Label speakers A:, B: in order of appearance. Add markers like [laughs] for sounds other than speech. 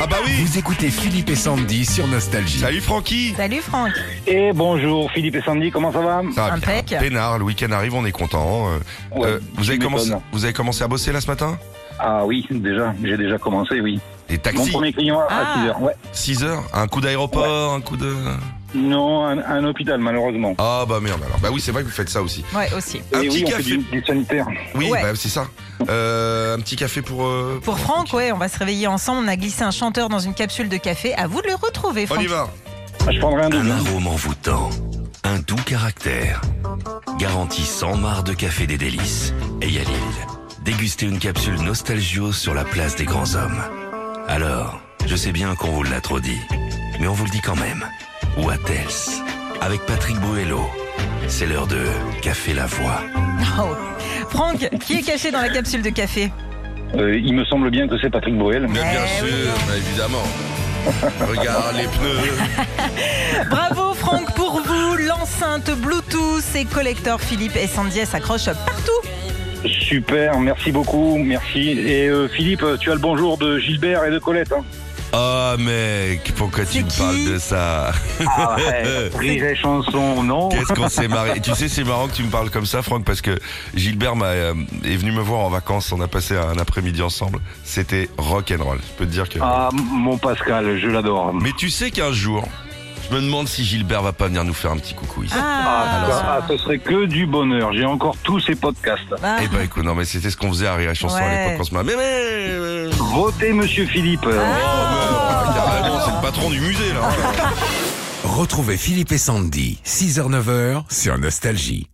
A: Ah bah oui
B: Vous écoutez Philippe et Sandy sur Nostalgie.
A: Salut Francky
C: Salut Franck.
D: Et bonjour Philippe et Sandy, comment ça va
A: Ça va Ah, bien.
C: Impec.
A: Pénard, le week-end arrive, on est content. Euh,
D: Ouais,
A: euh, vous,
D: tu
A: avez commencé,
D: m'étonnes.
A: vous avez commencé à bosser là ce matin
D: Ah oui, déjà, j'ai déjà commencé, oui.
A: Les
D: Mon
A: taxis
D: premier client
C: Ah.
D: à 6 heures, ouais.
A: 6 heures Un coup d'aéroport, un coup de...
D: Non, un, un hôpital malheureusement.
A: Ah bah merde alors. Bah oui, c'est vrai que vous faites ça aussi.
C: Ouais, aussi.
A: Un
D: et
A: petit
D: oui, on
A: café.
D: fait du, du sanitaire.
A: Oui,
C: Ouais.
A: bah c'est ça. Euh, un petit café pour... euh,
C: Pour Franck, ouais, on va se réveiller ensemble. On a glissé un chanteur dans une capsule de café. À vous de le retrouver,
A: On
C: Franck.
A: y va
D: Ah, Je
A: Ah,
D: prendrai un
E: Un
D: double.
E: arôme envoûtant, un doux caractère, garanti sans marre de café des délices. Et à Lille, dégustez une capsule nostalgio sur la place des grands hommes. Alors, je sais bien qu'on vous l'a trop dit, mais on vous le dit quand même. Ou à Tels, avec Patrick Bruello, c'est l'heure de Café la Voix.
C: [laughs] Oh. Franck, qui est caché dans la capsule de café
D: Euh, il me semble bien que c'est Patrick Bruel.
A: Mais bien
C: Eh
A: sûr,
C: oui.
A: bah,
D: [laughs]
A: évidemment. Regarde les pneus.
C: [laughs] Bravo Franck pour vous. L'enceinte Bluetooth et collector Philippe et Sandy s'accrochent partout.
D: Super, merci beaucoup, merci. Et euh, Philippe, tu as le bonjour de Gilbert et de Colette. Hein.
A: Ah mec, pourquoi
C: C'est
A: tu me
C: qui
A: parles de ça [laughs]
D: Ah ouais, rire et chanson, non
A: Qu'est-ce qu'on s'est marré Tu sais, c'est marrant que tu me parles comme ça, Franck, parce que Gilbert m'a, euh, est venu me voir en vacances. On a passé un après-midi ensemble. C'était rock and roll. Je peux te dire que.
D: Ah, m- mon Pascal, je l'adore.
A: Mais tu sais qu'un jour, je me demande si Gilbert va pas venir nous faire un petit coucou ici.
D: Ah, ça,
C: Ah,
D: ah, ce serait que du bonheur. J'ai encore tous ces podcasts.
C: Ah.
A: Eh ben écoute, non mais c'était ce qu'on faisait à Rire et Chanson à
C: Ouais.
A: l'époque. On se marrait. Mais mais. euh,
D: Votez Monsieur Philippe.
C: Oh.
A: ah, carrément, c'est le patron du musée là.
B: Retrouvez Philippe et Sandy, 6h-9h sur Nostalgie.